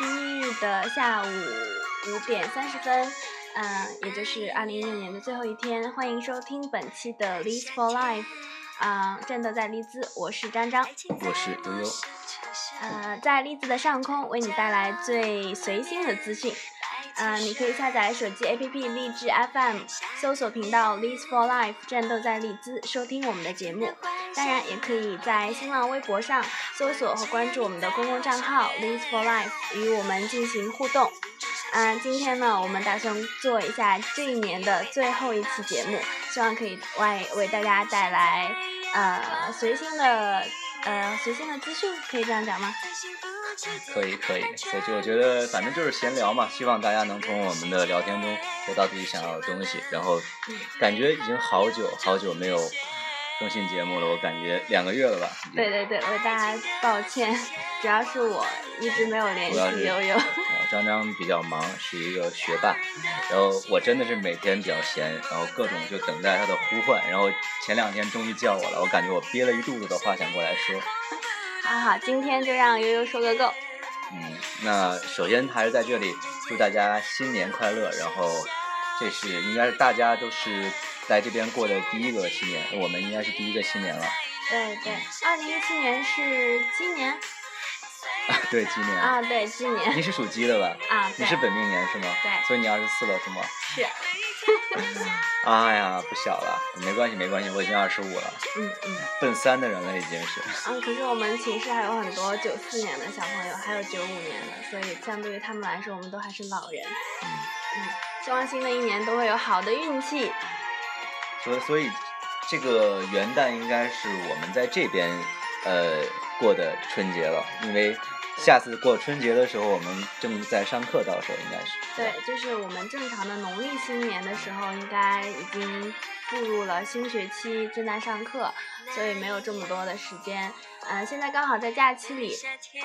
嗯的下午五点三十分，嗯、也就是二零一六年的最后一天，欢迎收听本期的 Lease for Life，啊、战斗在利兹，我是张张，我是悠悠，呃，在利兹的上空为你带来最随心的资讯，呃，你可以下载手机 APP 荔枝 FM，搜索频道 Lease for Life，战斗在利兹，收听我们的节目。当然，也可以在新浪微博上搜索和关注我们的公共账号 Lead for Life，与我们进行互动。啊，今天呢，我们打算做一下这一年的最后一期节目，希望可以为为大家带来呃随心的呃随心的资讯，可以这样讲吗？可以可以，所以就我觉得反正就是闲聊嘛，希望大家能从我们的聊天中得到自己想要的东西。然后感觉已经好久好久没有更新节目了，我感觉两个月了吧？对对对，为大家抱歉，主要是我一直没有联主要系是悠悠。呃张张比较忙，是一个学霸，然后我真的是每天比较闲，然后各种就等待他的呼唤，然后前两天终于叫我了，我感觉我憋了一肚子的话想过来说，好好，今天就让悠悠说个够。嗯，那首先还是在这里祝大家新年快乐，然后这是应该是大家都是来这边过的第一个新年，我们应该是第一个新年了， 对对，二零一七年是鸡年对，鸡年。啊，对鸡年你是属鸡的吧？啊，你对是本命年是吗？对所以你二十四了是吗？是，哎呀，不小了，没关系没关系，我已经二十五了，嗯嗯奔三的人了已经是。嗯。可是我们寝室还有很多九四年的小朋友，还有九五年的，所以相对于他们来说，我们都还是老人。嗯，希望新的一年都会有好的运气。所以所以这个元旦应该是我们在这边呃过的春节了，因为下次过春节的时候我们正在上课，到时候应该是。对，就是我们正常的农历新年的时候，应该已经步入了新学期，正在上课，所以没有这么多的时间。呃，现在刚好在假期里，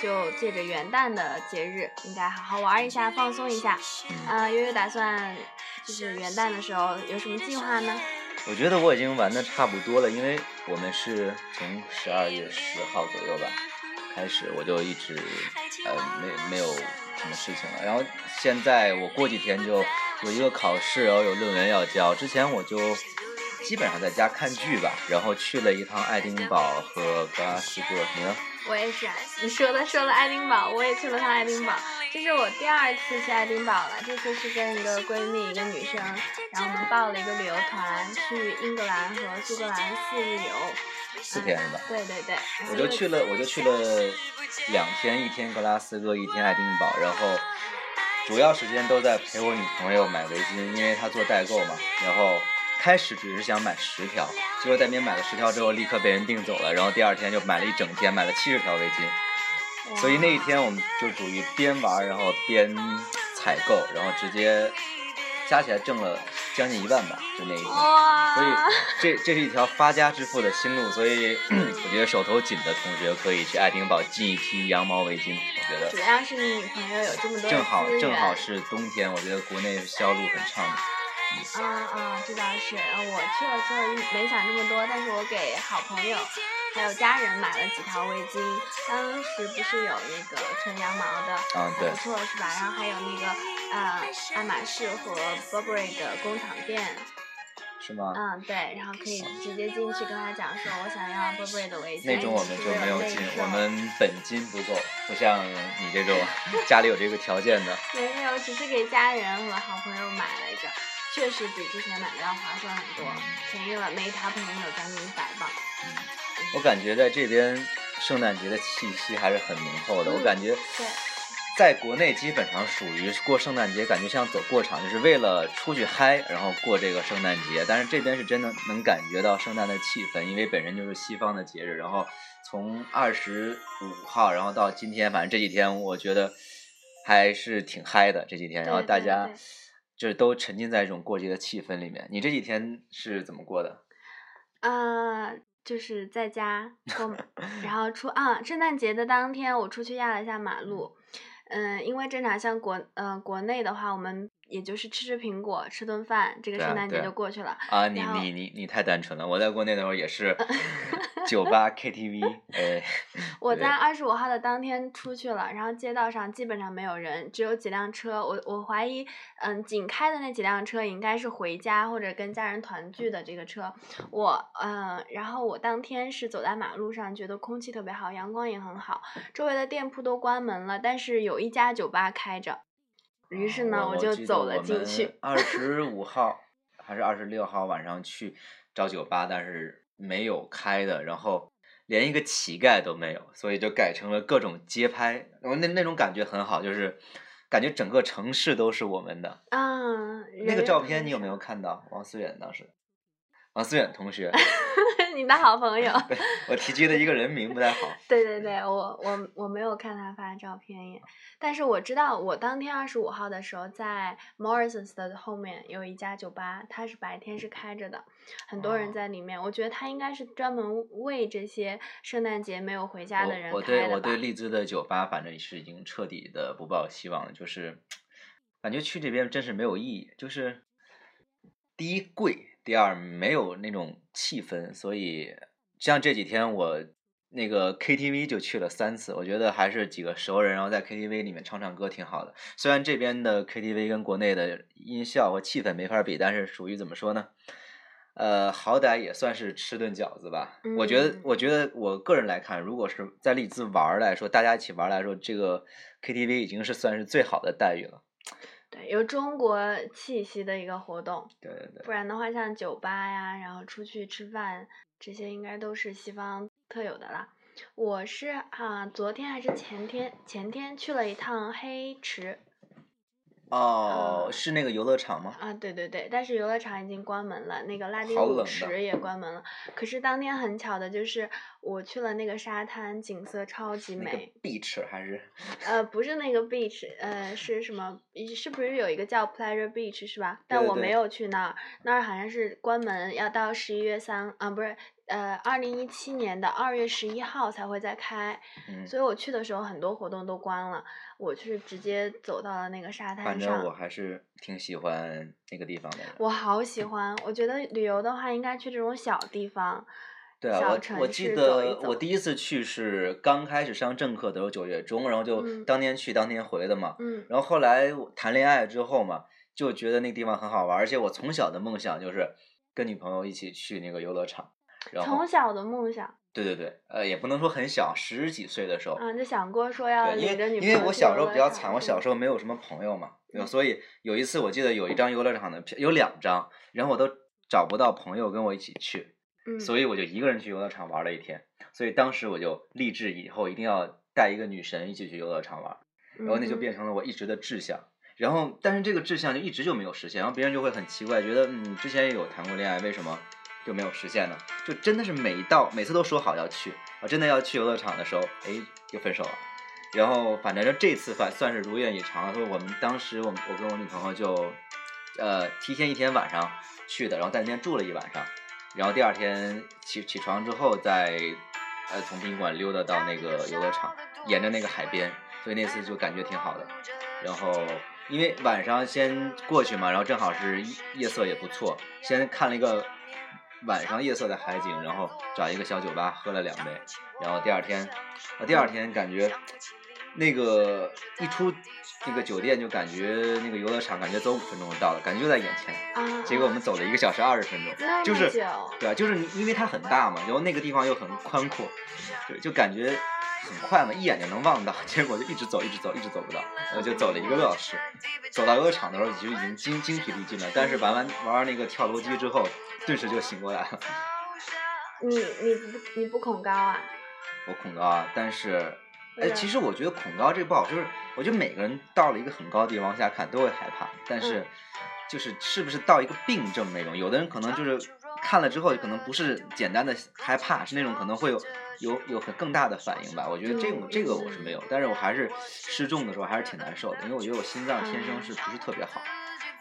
就借着元旦的节日，应该好好玩一下，放松一下。嗯，呃，悠悠打算就是元旦的时候有什么计划呢？我觉得我已经玩的差不多了，因为我们是从十二月十号左右吧开始，我就一直呃没没有什么事情了。然后现在我过几天就有一个考试，然后有论文要交。之前我就基本上在家看剧吧，然后去了一趟爱丁堡和格拉斯哥。你呢？我也是，啊你说的说了爱丁堡，我也去了趟爱丁堡，这是我第二次去爱丁堡了。这次是跟一个闺蜜，一个女生，然后我们报了一个旅游团，去英格兰和苏格兰四日游。嗯四天是吧？对对对，然后我就又去了，我就去了两天，一天格拉斯哥，一天爱丁堡，然后主要时间都在陪我女朋友买围巾，因为她做代购嘛。然后开始只是想买十条，结果在那边买了十条之后，立刻被人订走了。然后第二天就买了一整天，买了七十条围巾。所以那一天我们就属于边玩，然后边采购，然后直接加起来挣了将近一万吧，就那一天。哇，所以 这这是一条发家致富的新路，所以 我觉得手头紧的同学可以去爱丁堡进一批羊毛围巾，我觉主得要是你女朋友有这么多的正好资源正好是冬天，我觉得国内销路很畅的。啊啊，这倒是。呃我去了之后没想这么多，但是我给好朋友还有家人买了几条围巾。当时不是有那个纯羊毛的，嗯对还不错是吧？然后还有那个呃爱马仕和 Burberry 的工厂店，是吗？嗯对，然后可以直接进去跟他讲说，我想要 Burberry 的围巾。那种我们就没有内进，衬我们本金不够，不像你这种 家里有这个条件的。没有，只是给家人和好朋友买了一个，确实比之前买的要划算很多，便宜了每一条便宜有将近一百磅。我感觉在这边圣诞节的气息还是很浓厚的，我感觉嗯对。在国内基本上属于过圣诞节，感觉像走过场，就是为了出去嗨，然后过这个圣诞节。但是这边是真的能感觉到圣诞的气氛，因为本身就是西方的节日。然后从二十五号，然后到今天，反正这几天我觉得还是挺嗨的这几天。对然后大家对对就是都沉浸在这种过节的气氛里面。你这几天是怎么过的？呃，就是在 家过，然后出啊，圣诞节的当天我出去压了一下马路，嗯、因为正常像国呃国内的话，我们也就是吃吃苹果，吃顿饭，这个对啊圣诞节对啊就过去了。啊，你然后 你你你太单纯了。我在国内的时候也是，酒吧、KTV，哎，我对在二十五号的当天出去了，然后街道上基本上没有人，只有几辆车。我我怀疑，嗯，仅开的那几辆车应该是回家或者跟家人团聚的这个车。我嗯，然后我当天是走在马路上，觉得空气特别好，阳光也很好，周围的店铺都关门了，但是有一家酒吧开着。 于是呢，哦我就走了进去。。二十五号还是二十六号晚上去找酒吧，但是没有开的，然后连一个乞丐都没有，所以就改成了各种街拍。我那那种感觉很好，就是感觉整个城市都是我们的。嗯，那个照片你有没有？有看到？王思远当时，王思远同学， 你的好朋友。对我提及的一个人名不太好。对对对，我我我没有看他发照片耶，但是我知道我当天二十五号的时候，在 Morrisons 的后面有一家酒吧，它是白天是开着的，很多人哦在里面。我觉得它应该是专门为这些圣诞节没有回家的人我我开对的我吧对。荔枝的酒吧，反正是已经彻底的不抱希望了，就是感觉去这边真是没有意义，就是第一贵，第二没有那种气氛，所以像这几天我那个 KTV 就去了三次，我觉得还是几个熟人，然后在 KTV 里面唱唱歌挺好的。虽然这边的 KTV 跟国内的音效和气氛没法比，但是属于怎么说呢？呃，好歹也算是吃顿饺子吧。我觉得嗯，我觉得我个人来看，如果是在利兹玩儿来说，大家一起玩儿来说，这个 KTV 已经是算是最好的待遇了。对，有中国气息的一个活动，对对对不然的话，像酒吧呀，然后出去吃饭这些，应该都是西方特有的啦。我是啊，昨天还是前天，前天去了一趟黑池，哦，嗯是那个游乐场吗？啊，对对对，但是游乐场已经关门了，那个拉丁好冷啊舞的池也关门了。可是当天很巧的就是，我去了那个沙滩，景色超级那个美。 beach 还是呃，不是那个 beach，呃，是什么？一是不是有一个叫 Pleasure Beach 是吧？但对我没对有去那儿，那儿好像是关门，要到十一月三啊，不是，呃，二零一七年的二月十一号才会再开。嗯，所以我去的时候很多活动都关了，我去直接走到了那个沙滩上。反正我还是挺喜欢那个地方的。我好喜欢，我觉得旅游的话应该去这种小地方，对啊，小我我城记市走一得我走第一次去是刚开始上政课的时候，九月中，然后就嗯当天去当天回的嘛。嗯然后后来我谈恋爱之后嘛，就觉得那个地方很好玩，而且我从小的梦想就是跟女朋友一起去那个游乐场。然后从，小的梦想对对对，呃，也不能说很小，十几岁的时候，啊，就想过说要对，领因着为女朋因友为我去小时游候乐比较场惨，我是小吗时候没有什么朋友嘛，有嗯所以有一次我记得有一张游乐场的票，有两张，然后我都找不到朋友跟我一起去，嗯，所以我就一个人去游乐场玩了一天。所以当时我就立志以后一定要带一个女神一起去游乐场玩，然后那就嗯变成了我一直的志向。然后，但是这个志向就一直就没有实现，然后别人就会很奇怪，觉得嗯，之前也有谈过恋爱，为什么就没有实现呢？就真的是每一道每次都说好要去，我真的要去游乐场的时候，哎，就分手了。然后反正就这次反算是如愿以偿了，说我们当时我们我跟我女朋友就，呃，提前一天晚上去的，然后在那边住了一晚上，然后第二天起起床之后再，呃，从宾馆溜达到那个游乐场，沿着那个海边，所以那次就感觉挺好的。然后因为晚上先过去嘛，然后正好是夜夜色也不错，先看了一个晚上夜色的海景，然后找一个小酒吧喝了两杯，然后第二天，啊第二天感觉那个一出那个酒店就感觉那个游乐场感觉走五分钟就到了，感觉就在眼前。啊，结果我啊们走了一个小时二十分嗯那钟，么就是久对啊，就是你因为它很大嘛，然后那个地方又很宽阔，对，就感觉很快嘛，一眼就能望到。结果就一直走，一直走，一直走不到，我就走了一个多小时。走到游乐场的时候，就已经精精疲力尽了。但是玩完玩完那个跳楼机之后，顿时就醒过来了。 你你不你不恐高啊？我恐高啊，但是，哎，对啊其实我觉得恐高这不好，就是我觉得每个人到了一个很高的地方往下看都会害怕，但是嗯就是是不是到一个病症那种，有的人可能就是看了之后可能不是简单的害怕，是那种可能会有有有很更大的反应吧。我觉得这种嗯这个我是没有，但是我还是失重的时候还是挺难受的，因为我觉得我心脏天生嗯是不是特别好，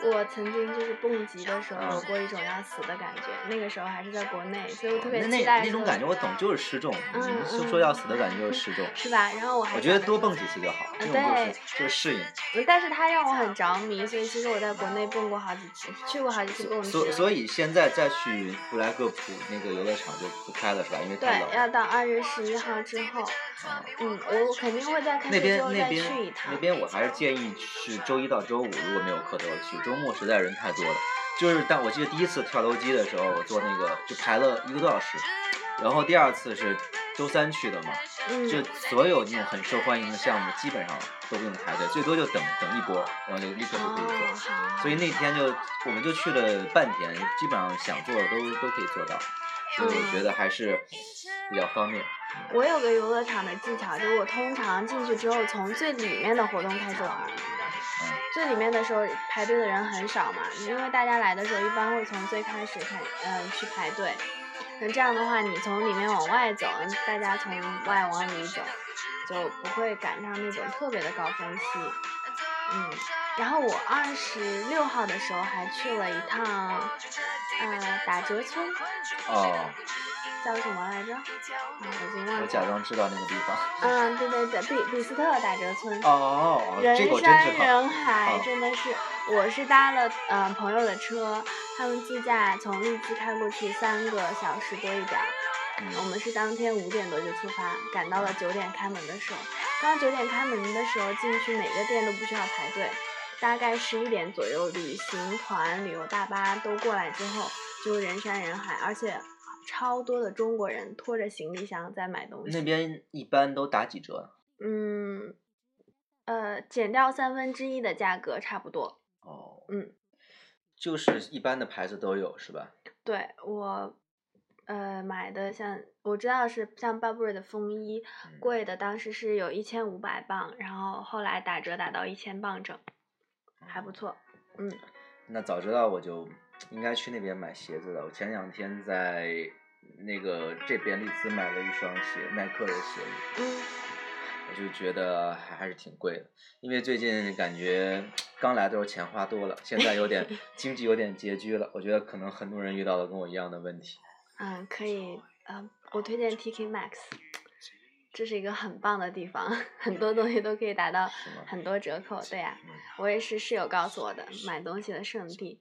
我曾经就是蹦极的时候嗯有过一种要死的感觉，那个时候还是在国内，所以我特别哦那期那待那种说感觉我懂，就是失重。嗯你嗯就说要死的感觉就是失重。是吧？然后我还我觉得想呃多蹦几次就好，这种对就是就是适应。嗯但是它让我很着迷，所以其实我在国内蹦过好几次，去过好几次蹦极。所所以现在再去布莱克普那个游乐场就不开了是吧？因为太冷啊对，要了。到二月十一号之后，啊嗯，我肯定会在开那学边之后那再去一边趟。那边我还是建议是周一到周五，如果没有课都要去，周末实在人太多了。就是但我记得第一次跳楼机的时候，我坐那个就排了一个多小时，然后第二次是周三去的嘛，嗯，就所有那种很受欢迎的项目基本上都不用排队，最多就等等一波，然后就立刻就可以哦，做。好，所以那天就我们就去了半天，基本上想做的都都可以做到，所以我觉得还是比较方便。我有个游乐场的技巧，就是我通常进去之后，从最里面的活动开始玩儿。嗯最里面的时候排队的人很少嘛，因为大家来的时候一般会从最开始开，嗯，去排队。那这样的话，你从里面往外走，大家从外往里走，就不会赶上那种特别的高峰期。嗯，然后我二十六号的时候还去了一趟，呃，打折村哦，叫什么来着？啊，我已经忘我记假了。装知道那个地方。嗯，对对对，比比斯特打折村。哦哦哦，人这个我真山知道。人海哦，真的是，我是搭了呃朋友的车，他们自驾从利兹开过去三个小时多一点儿，我嗯，们是当天五点多就出发，赶到了九点开门的时候。刚九点开门的时候进去，每个店都不需要排队，大概十一点左右，旅行团、旅游大巴都过来之后，就人山人海，而且超多的中国人拖着行李箱在买东西那。边一般都打几折？啊嗯，呃，减掉三分之一的价格差不多。哦，嗯，就是一般的牌子都有是吧？对我，呃，买的像我知道是像 Burberry 的风衣，嗯贵的当时是有一千五百磅，然后后来打折打到一千磅整，还不哦错。嗯，那早知道我就应该去那边买鞋子了。我前两天在那个这边利兹买了一双鞋，耐克的鞋子，嗯我就觉得还还是挺贵的，因为最近感觉刚来的时候钱花多了，现在 有点经济有点拮据了。我觉得可能很多人遇到了跟我一样的问题。嗯，可以，呃，我推荐 TK Max，这是一个很棒的地方， 很多 东西都可以打到是吗很多折扣。对呀、嗯，我也是室友告诉我的，买东西的圣地。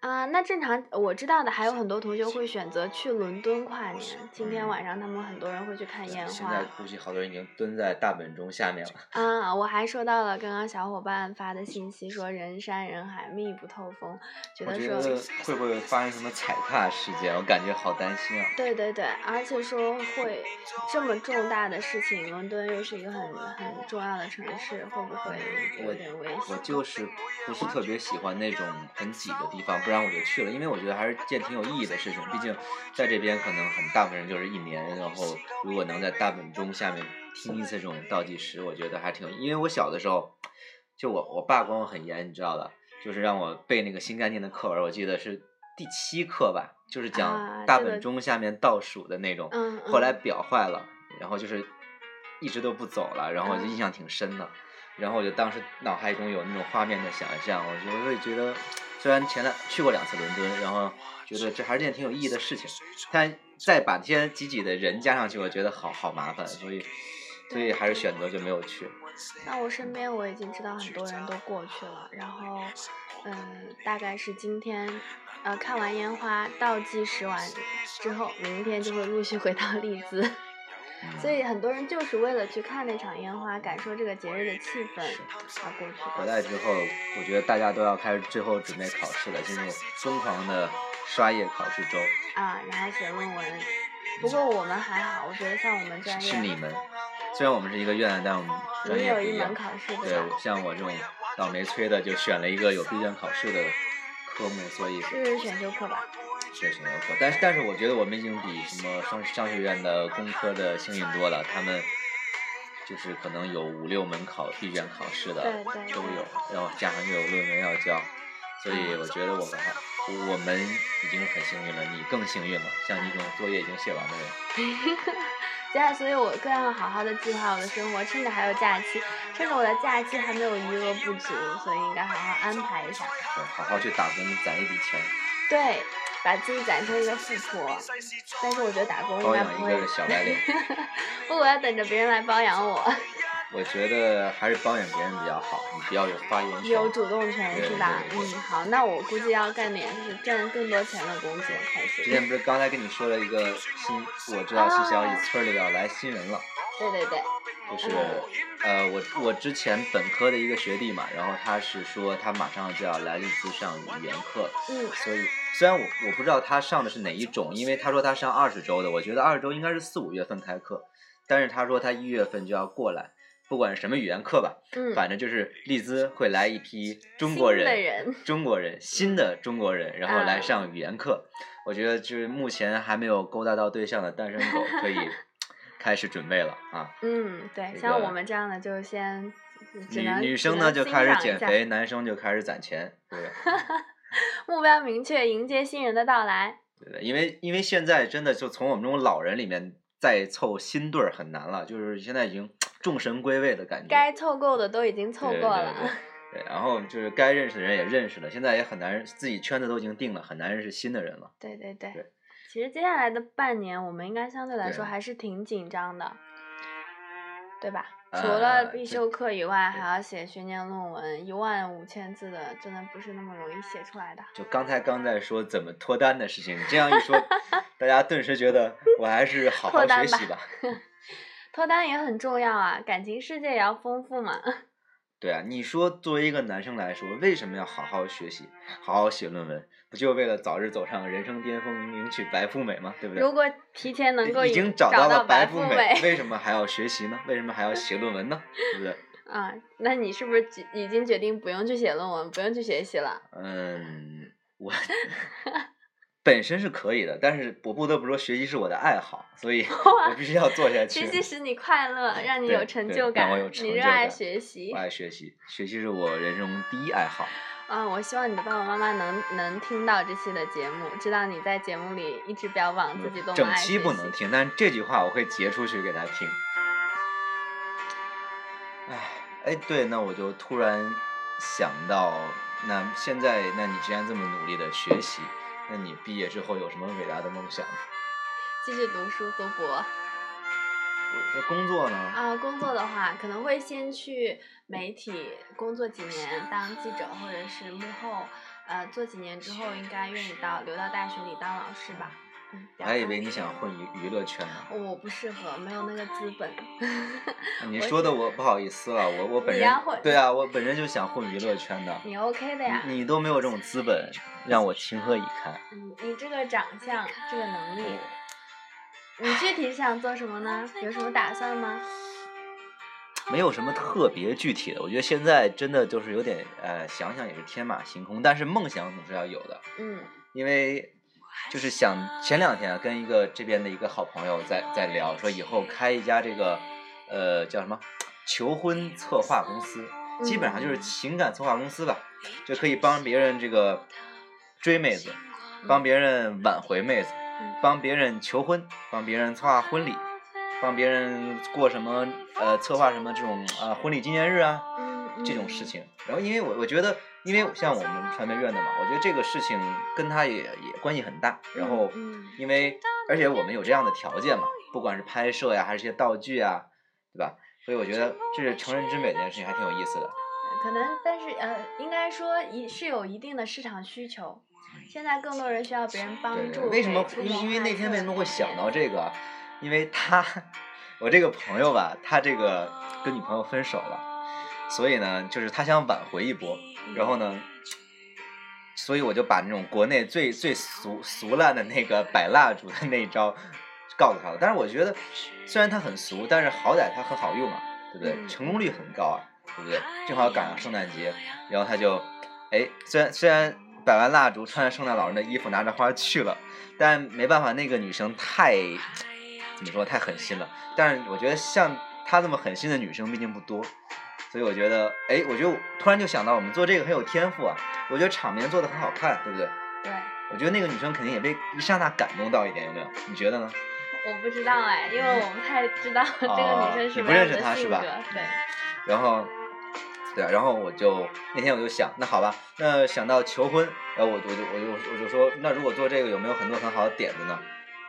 啊、那正常我知道的还有很多同学会选择去伦敦跨年。今天晚上他们很多人会去看烟现花在。估计好多人已经蹲在大本钟下面了。啊、我还收到了刚刚小伙伴发的信息，说人山人海，密不透风，觉我得觉说，得会不会发生什么踩踏事件？我感觉好担心啊。对对对，而且说会这么重大的事情，伦敦又是一个很很重要的城市，会不会嗯有点危我险？就是不是特别喜欢那种很挤的地方，不然我就去了，因为我觉得还是件挺有意义的事情。毕竟在这边可能很大部分人就是一年，然后如果能在大本钟下面听一次这种倒计时，我觉得还挺有意义。因为我小的时候，就我我爸管我很严，你知道的，就是让我背那个新概念的课文，我记得是第七课吧，就是啊讲大这个本钟下面倒数的那种。嗯， 后来嗯表坏了，然后就是一直都不走了，然后我就嗯印象挺深的。然后我就当时脑海中有那种画面的想象，我就会觉得，虽然前两去过两次伦敦，然后觉得这还是件挺有意义的事情，但再把这些挤挤的人加上去，我觉得好好麻烦，所以所以还是选择就没有去。那我身边我已经知道很多人都过去了，然后，嗯、大概是今天，呃，看完烟花倒计时完之后，明天就会陆续回到利兹，嗯 所以很多人就是为了去看那场烟花，感受这个节日的气氛而过去回的。来之后，我觉得大家都要开始最后准备考试了，进入疯狂的刷业考试周。啊，然后写论文。不过我们还好，我觉得像我们专业，是你们，虽然我们是一个院，但我们专你业不有一一样门。考试对吧？，像我这种倒霉催的，就选了一个有闭卷考试的科目，所以是是选修课吧？选修课。但是，但是我觉得我们已经比什么商商学院的工科的幸运多了，他们就是可能有五六门考闭卷考试的对对都有，然后加上又有论文要交，所以我觉得我们还我们已经很幸运了，你更幸运了，像你这种作业已经写完的人。对啊，所以我更要好好的计划我的生活，趁着还有假期，趁着我的假期还没有余额不足，所以应该好好安排一下。对，好好去打工攒一笔钱，对，把自己攒成一个富婆。但是我觉得打工应包该养不一会个，小白脸。不，我要等着别人来包养我，啊我觉得还是包养别人比较好，你比较有发言有权。主动权对是吧？对对嗯，好，那我估计要干点就是挣更多钱的工作才之行。前不是刚才跟你说了一个新，我知道新啊消息，村里要来新人了，对对对，就是呃，我我之前本科的一个学弟嘛，然后他是说他马上就要来利兹上语言课，嗯，所以虽然我我不知道他上的是哪一种，因为他说他上二十周的，我觉得二十周应该是四五月份开课，但是他说他一月份就要过来，不管什么语言课吧，嗯，反正就是利兹会来一批中国新的人，人 嗯中国人，新的中国人，然后来上语言课。我觉得就是目前还没有勾搭到对象的单身狗可 以开始准备了啊。嗯，对，这像个我们这样的就先只女能女只生能呢就欣开始赏一减下肥，男生就开始攒钱，对 目标明确，迎接新人的到来。对的，因为因为现在真的就从我们这种老人里面再凑新对儿很难了，就是现在已经众神归位的感觉。该凑够的都已经凑对够对了，对对，然后就是该认识的人也认识了，现在也很难自己圈子都已经定了，很难认识新的人了。 对对对对其实接下来的半年，我们应该相对来说对还是挺紧张的，对吧？呃除了对必修课以外，对还要写学年论文，一万五千字的，真的不是那么容易写出来的。就刚才刚在说怎么脱单的事情，你这样一 说，大家顿时觉得我还是好好脱单学习吧。脱单也很重要啊，感情世界也要丰富嘛。对啊，你说作为一个男生来说，为什么要好好学习，好好写论文？不就为了早日走上人生巅峰，迎娶白富美吗？对不对如？果提前能够已经引找到了白富，美为什么还要学习呢？为什么还要写论文呢？对不对？啊，那你是不是决已经决定不用去写论文，不用去学习了？嗯，我 本身是可以的，但是我不得不说，学习是我的爱好，所以我必须要做下去。学习使你快乐，让你对有成对就让感，我有成你热就爱感学习我。爱学习，学习是我人生中第一爱好。啊，我希望你的爸爸妈妈能能听到这期的节目，知道你在节目里一直标榜自己多么嗯整爱期学不能习。听，但这句话我会截出去给他听。哎，哎，对，那我就突然想到，那现在，那你既然这么努力的学习，那你毕业之后有什么伟大的梦想？继续读书读博我我工作呢？啊，工作的话可能会先去媒体工作几年，当记者或者是幕后，呃，做几年之后应该愿意到留到大学里当老师吧。嗯，我比较还以棒为你想混娱娱乐圈呢。我不适合，没有那个资 本。啊你说的我不好意思了，我我本你人要混对啊，我本身就想混娱乐圈的。你 OK 的呀？你你都没有这种资本，让我情何以堪？嗯，你这个长相，这个能力，你具体想做什么呢？有什么打算吗？没有什么特别具体的，我觉得现在真的就是有点呃，想想也是天马行空，但是梦想总是要有的，嗯因为就是想前两天啊，跟一个这边的一个好朋友在在聊，说以后开一家这个呃叫什么求婚策划公司，基本上就是情感策划公司吧，就可以帮别人这个追妹子，帮别人挽回妹子，嗯帮别人求婚，帮别人策划婚礼，帮别人过什么呃策划什么这种呃婚礼纪念日啊嗯这种事。情。然后因为我我觉得，因为像我们传媒院的嘛，我觉得这个事情跟他也也关系很大。然后嗯因为而且我们有这样的条件嘛，不管是拍摄呀，还是一些道具啊，对吧？所以我觉得这是成人之美这件事情还挺有意思的。可能，但是呃，应该说一是有一定的市场需求。现在更多人需要别人帮嗯对助。为什么给？出因为谋因为划那天为策什么会想到这个啊？因为他，我这个朋友吧，他这个跟女朋友分手了，所以呢，就是他想挽回一波，嗯然后呢，所以我就把那种国内最最俗俗烂的那个摆蜡烛的那一招告诉他了。但是我觉得，虽然他很俗，但是好歹他很好用啊，对不对？嗯成功率很高啊，对不对？正好赶上圣诞节，然后他就，哎，虽然虽然摆完蜡烛，穿着圣诞老人的衣服，拿着花去了，但没办法，那个女生太怎么说太狠心了。但是我觉得像她这么狠心的女生毕竟不多，所以我觉得，哎，我就突然就想到，我们做这个很有天赋啊。我觉得场面做的很好看，对不对？对，我觉得那个女生肯定也被一刹那感动到一点，有没有？你觉得呢？我不知道哎，因为我不太知道这个哦女生你什不么样认识她的是性吧格。对，然后，对啊，然后我就那天我就想，那好吧，那想到求婚，然后我我就我就我就说，那如果做这个有没有很多很好的点子呢？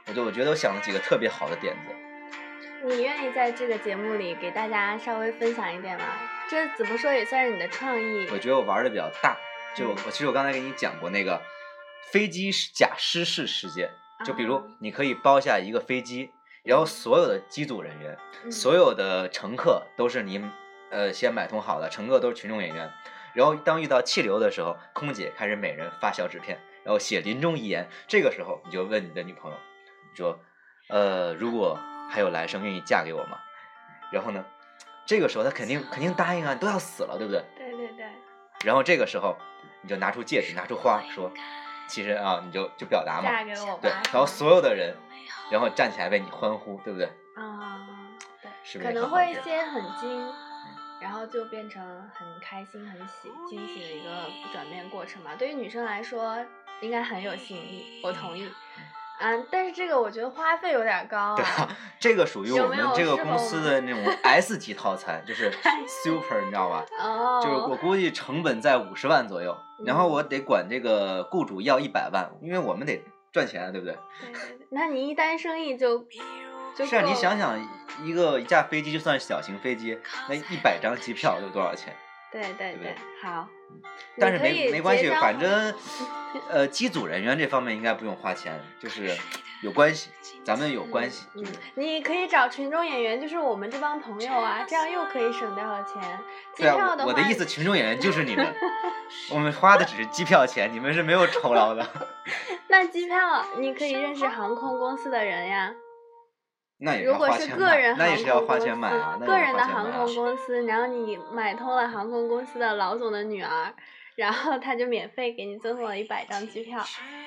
我就我觉得我想了几个特别好的点子，你愿意在这个节目里给大家稍微分享一点吗？这怎么说也算是你的创意。我觉得我玩的比较大，就我嗯其实我刚才给你讲过那个飞机失假失事事件，就比如啊你可以包下一个飞机，然后所有的机组人员、嗯所有的乘客都是你呃先买通好的，乘客都是群众演员。然后当遇到气流的时候，空姐开始每人发小纸片，然后写临终遗言。这个时候你就问你的女朋友，你说，呃，如果还有来生，愿意嫁给我吗？然后呢，这个时候她肯定肯定答应啊，都要死了，对不对？对对对，然后这个时候你就拿出戒指，拿出花，说，其实啊，你就就表达嘛嫁，给我吧。对。然后所有的人，然后站起来为你欢呼，对不对？啊，对，是不是可也能很好会变先很嗯惊，然后就变成很开心、很喜惊喜的一个嗯转变过程嘛。对于女生来说，应该很有吸引力，我同意。嗯，但是这个我觉得花费有点高对啊吧。？这个属于有我没们有这个适合公我司们的那 种 S 级套餐，就是 super，你知道吧？哦，就是我估计成本在五十万左右，嗯然后我得管这个雇主要一百万，因为我们得赚钱啊，对不对？对对对那你一单生意就就是啊，你够想想，一个一架飞机就算小型飞机，那一百张机票有多少钱？对对对不对好。但你是可没以没关结系，账反吗 正呃，机组人员这方面应该不用花钱，就是有关系，咱们有关系，嗯就是，你可以找群众演员，就是我们这帮朋友啊，这样又可以省掉了钱。机对票啊，的我话，我的意思，群众演员就是你 们，我们花的只是机票钱，你们是没有酬劳的。那机票你可以认识航空公司的人呀。 那也是如要果花是钱个买，人那航也空是要花公钱买啊，司，那个也人是的花钱买航啊空。公司，然后你买通了航空公司的老总的女儿，然后他就免费给你赠送了一百张机 票。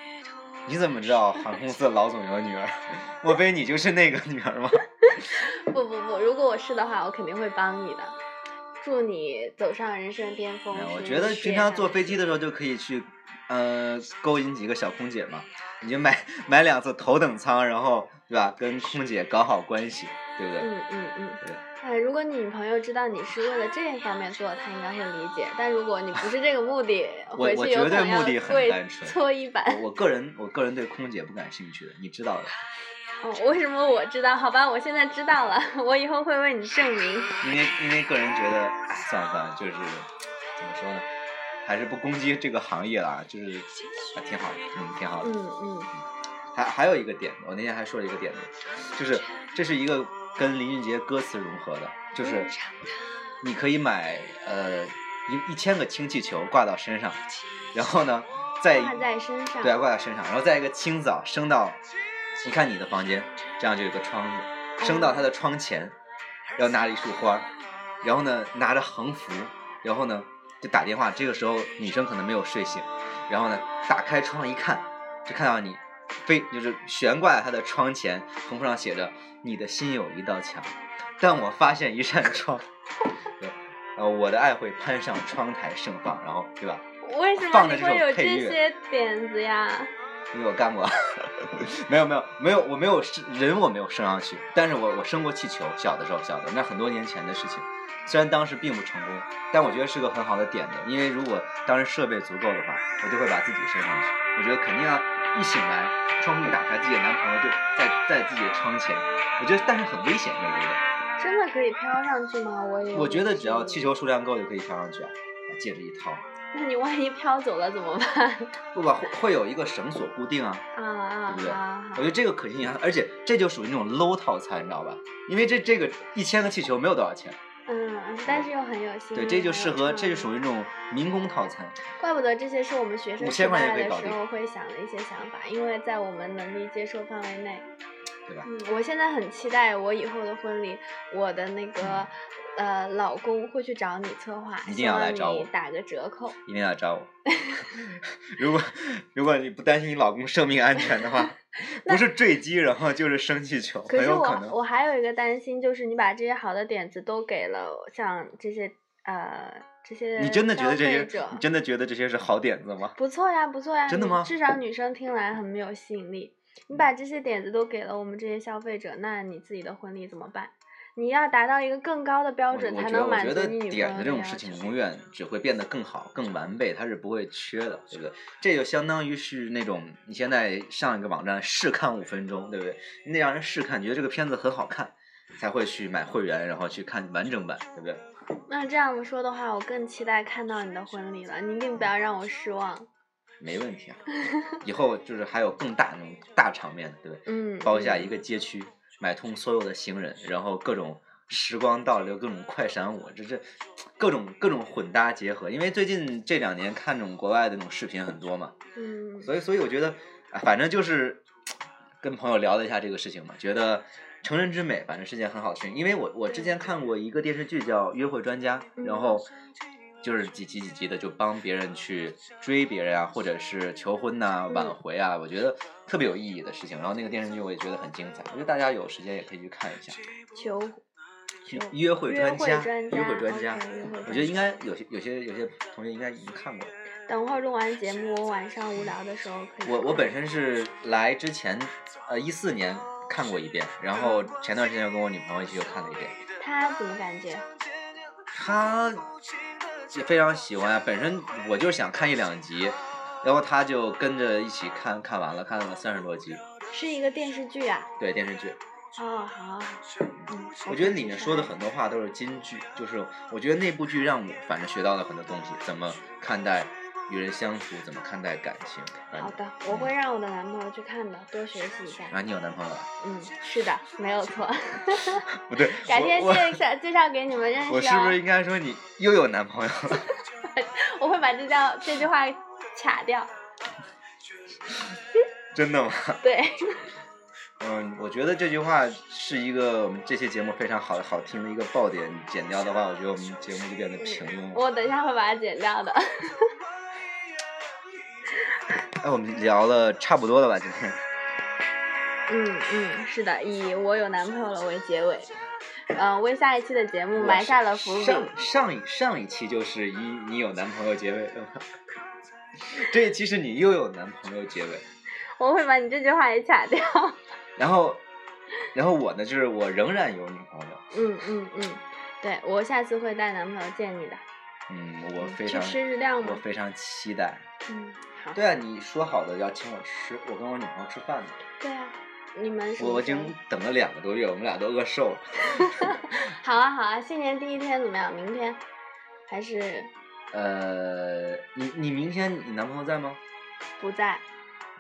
你怎么知道航空公司的老总有女儿？莫非你就是那个女儿吗？不不不，如果我是的话，我肯定会帮你的。祝你走上人生巅峰没有，。我去觉得事平业常上坐飞机的时候就可以去，呃，勾引几个小空姐嘛，你就买买两次头等舱，然后对吧，跟空姐搞好关系，对不对？嗯嗯嗯对。哎，如果你女朋友知道你是为了这一方面做，她应该会理解。但如果你不是这个目的， 我回我去有绝可对能目要的很对单纯搓衣板。我我个人我个人对空姐不感兴趣的，你知道的，哦，为什么我知道？好吧，我现在知道了，我以后会为你证明。因为因为个人觉得，哎，算了算了，就是怎么说呢，还是不攻击这个行业了啊，就是啊，挺好的，嗯，挺好的。嗯嗯还还有一个点，我那天还说了一个点子，就是这是一个跟林俊杰歌词融合的，就是你可以买呃一一千个氢气球挂到身上，然后呢，再挂在身上哎对啊，挂在身上，然后在一个清早升到，你看你的房间，这样就有个窗子，升到他的窗前，然后拿着一束花，然后呢拿着横幅，然后呢就打电话，这个时候女生可能没有睡醒，然后呢打开窗一看，就看到你飞就是悬挂在他的窗前，横幅上写着“你的心有一道墙，但我发现一扇窗”， 对，然后我的爱会攀上窗台盛放，然后对吧？为什么放着你这会种有配这乐些点子呀？因为我干过， 没有没有没有，我没有升人，我没有升上去，但是我我升过气球，小的时候小的，那很多年前的事情，虽然当时并不成功，但我觉得是个很好的点子，因为如果当时设备足够的话，我就会把自己升上去，我觉得肯定啊，一醒来窗户打开，自己的男朋友就在在自己的窗前，我觉得但是很危险，对不对？真的可以飘上去吗？我也有我觉得点只要质气疑，球数量够就可以飘上去啊，把戒指一掏，那你万一飘走了怎么办？ 不吧会会有一个绳索固定啊，啊啊对不对啊！我觉得这个可行性，而且这就属于那种 low 套餐，你知道吧？因为这这个一千个气球没有多少钱，嗯，嗯但是又很有心。对，这就适合，这就于。属于那种民工套餐。怪不得这些是我们学生5000时块钱代可以的搞时定候会想的一些想法，因为在我们能力接受范围内，对吧嗯，我现在很期待我以后的婚礼，我的那个呃老公会去找你策划，嗯一定希要望来找你我打个折扣。一定要找我。 如果如果你不担心你老公生命安全 的话，不是坠机，然后就是生气球，可很是有我可能。我还有一个担心，就是你把这些好的点子都给了像这些呃这些你真的觉得消这费些者，你真的觉得这些是好点子吗？不错呀，不错呀，真的你吗嗯至少女生听来很没有吸引力。你把这些点子都给了我们这些消费者，那你自己的婚礼怎么办？你要达到一个更高的标我准，我才觉得能我满觉足得你女朋友点的子这种要事求情永远只会变得更好、更完备，它是不会缺的，对不对？这就相当于是那种你现在上一个网站试看五分钟，对不对？你得让人试看，觉得这个片子很好看，才会去买会员，然后去看完整版，对不对？那这样说的话，我更期待看到你的婚礼了。你一定不要让我失望。没问题啊，以后就是还有更大那种大场面的，对不对？嗯，包下嗯一个街区，买通所有的行人，然后各种时光倒流，各种快闪舞，这这各种各种混搭结合。因为最近这两年看这种国外的那种视频很多嘛，嗯，所以所以我觉得，啊反正就是跟朋友聊了一下这个事情嘛，觉得成人之美反正是件很好的事情。因为我我之前看过一个电视剧叫《约会专家》，然后就是几集几集的就帮别人去追别人啊，或者是求婚呐、挽回啊，我觉得特别有意义的事情。然后那个电视剧我也觉得很精彩，我觉得大家有时间也可以去看一下。求去嗯约会约专会家，专约会家专家，OK，约会，我专觉家得应该有些有些有些同学应该已经看过了。等会儿录完节目，我晚上无聊的时候可以看。我我本身是来之前，呃，一四年看过一遍，然后前段时间又跟我女朋友一起又看了一遍，他怎么感觉？她也非常喜欢啊。本身我就是想看一两集，然后她就跟着一起看看完了，看了三十多集，是一个电视剧啊？对电视剧。哦，好，嗯，我觉得里面说的很多话都是金句，就是我觉得那部剧让我反正学到了很多东西，怎么看待与人相处，怎么看待感情。反好正嗯的，我会让我的男朋友去看的，多学习一下。啊，你有男朋友了？嗯，是的，没有错。 不对，感谢我介绍介绍给你们认识、哦。我我是不是应该说你又有男朋友了？我会把这叫这句话卡 掉。真的吗？对，嗯，我觉得这句话是一个我们这期节目非常好好听的一个爆点。你剪掉的话，我觉得我们节目就变得平庸了。我等一下会把它剪 掉的。哎，我们聊了差不多了吧？今天嗯嗯，是的，以我有男朋友了为结尾，呃，为下一期的节目 埋下了伏笔。上上一上一期就是以你有男朋友结尾的吗？ 这一期是你又有男朋友结尾，我会把你这句话也卡 掉。然后然后我呢，就是我仍然有女朋友。嗯嗯嗯，对我下次会带男朋友见你的。嗯，我嗯非去常吃日料我吗？非常期待。嗯，好。对啊，你说好的要请我吃，我跟我女朋友吃饭呢。对啊，你们什我么我已时候经等了两个多月，我们俩都饿瘦了。好啊好啊，新年第一天怎么样？明天还是呃，你你明天你男朋友在吗？不在？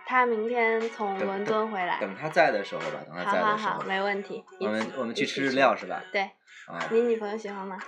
他明天从等伦敦回来。等他在的时候吧，等他好在好的时好，候。没问题。一我们起我们一去起吃日料是吧？对啊，你女朋友喜欢吗？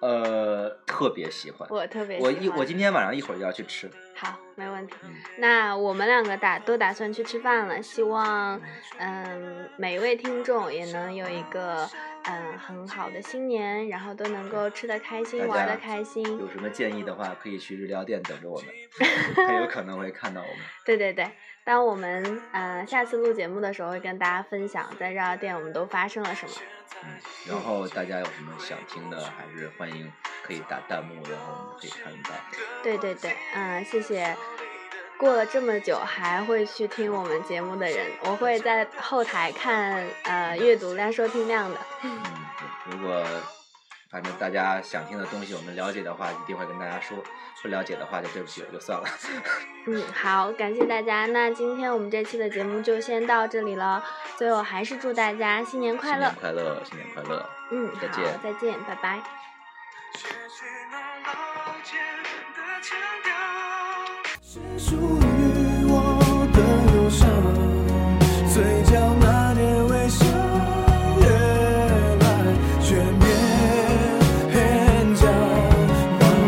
呃，特别喜欢。我特别喜我欢。一我今天晚上一会儿就要去吃。好，没问题。嗯，那我们两个打都打算去吃饭了，希望嗯每一位听众也能有一个嗯很好的新年，然后都能够吃得开大心，玩家得开心。有什么建议的话，可以去日料店等着 我们，很有可能会看到我们。对对对，当我们呃下次录节目的时候，会跟大家分享在日料店我们都发生了什么。嗯，然后大家有什么想听的，还是欢迎可以打弹幕，然后我们可以看到。对对对，嗯，谢谢。过了这么久还会去听我们节目的人，我会在后台看呃阅读量、收听量的。嗯，对，如果反正大家想听的东西，我们了解的话，一定会跟大家说；不了解的话，就对不起，我就算了。嗯，好，感谢大家。那今天我们这期的节目就先到这里了。最后还是祝大家新年快新乐年。快乐，新年快乐。嗯，再好见，再见，拜拜。是属于。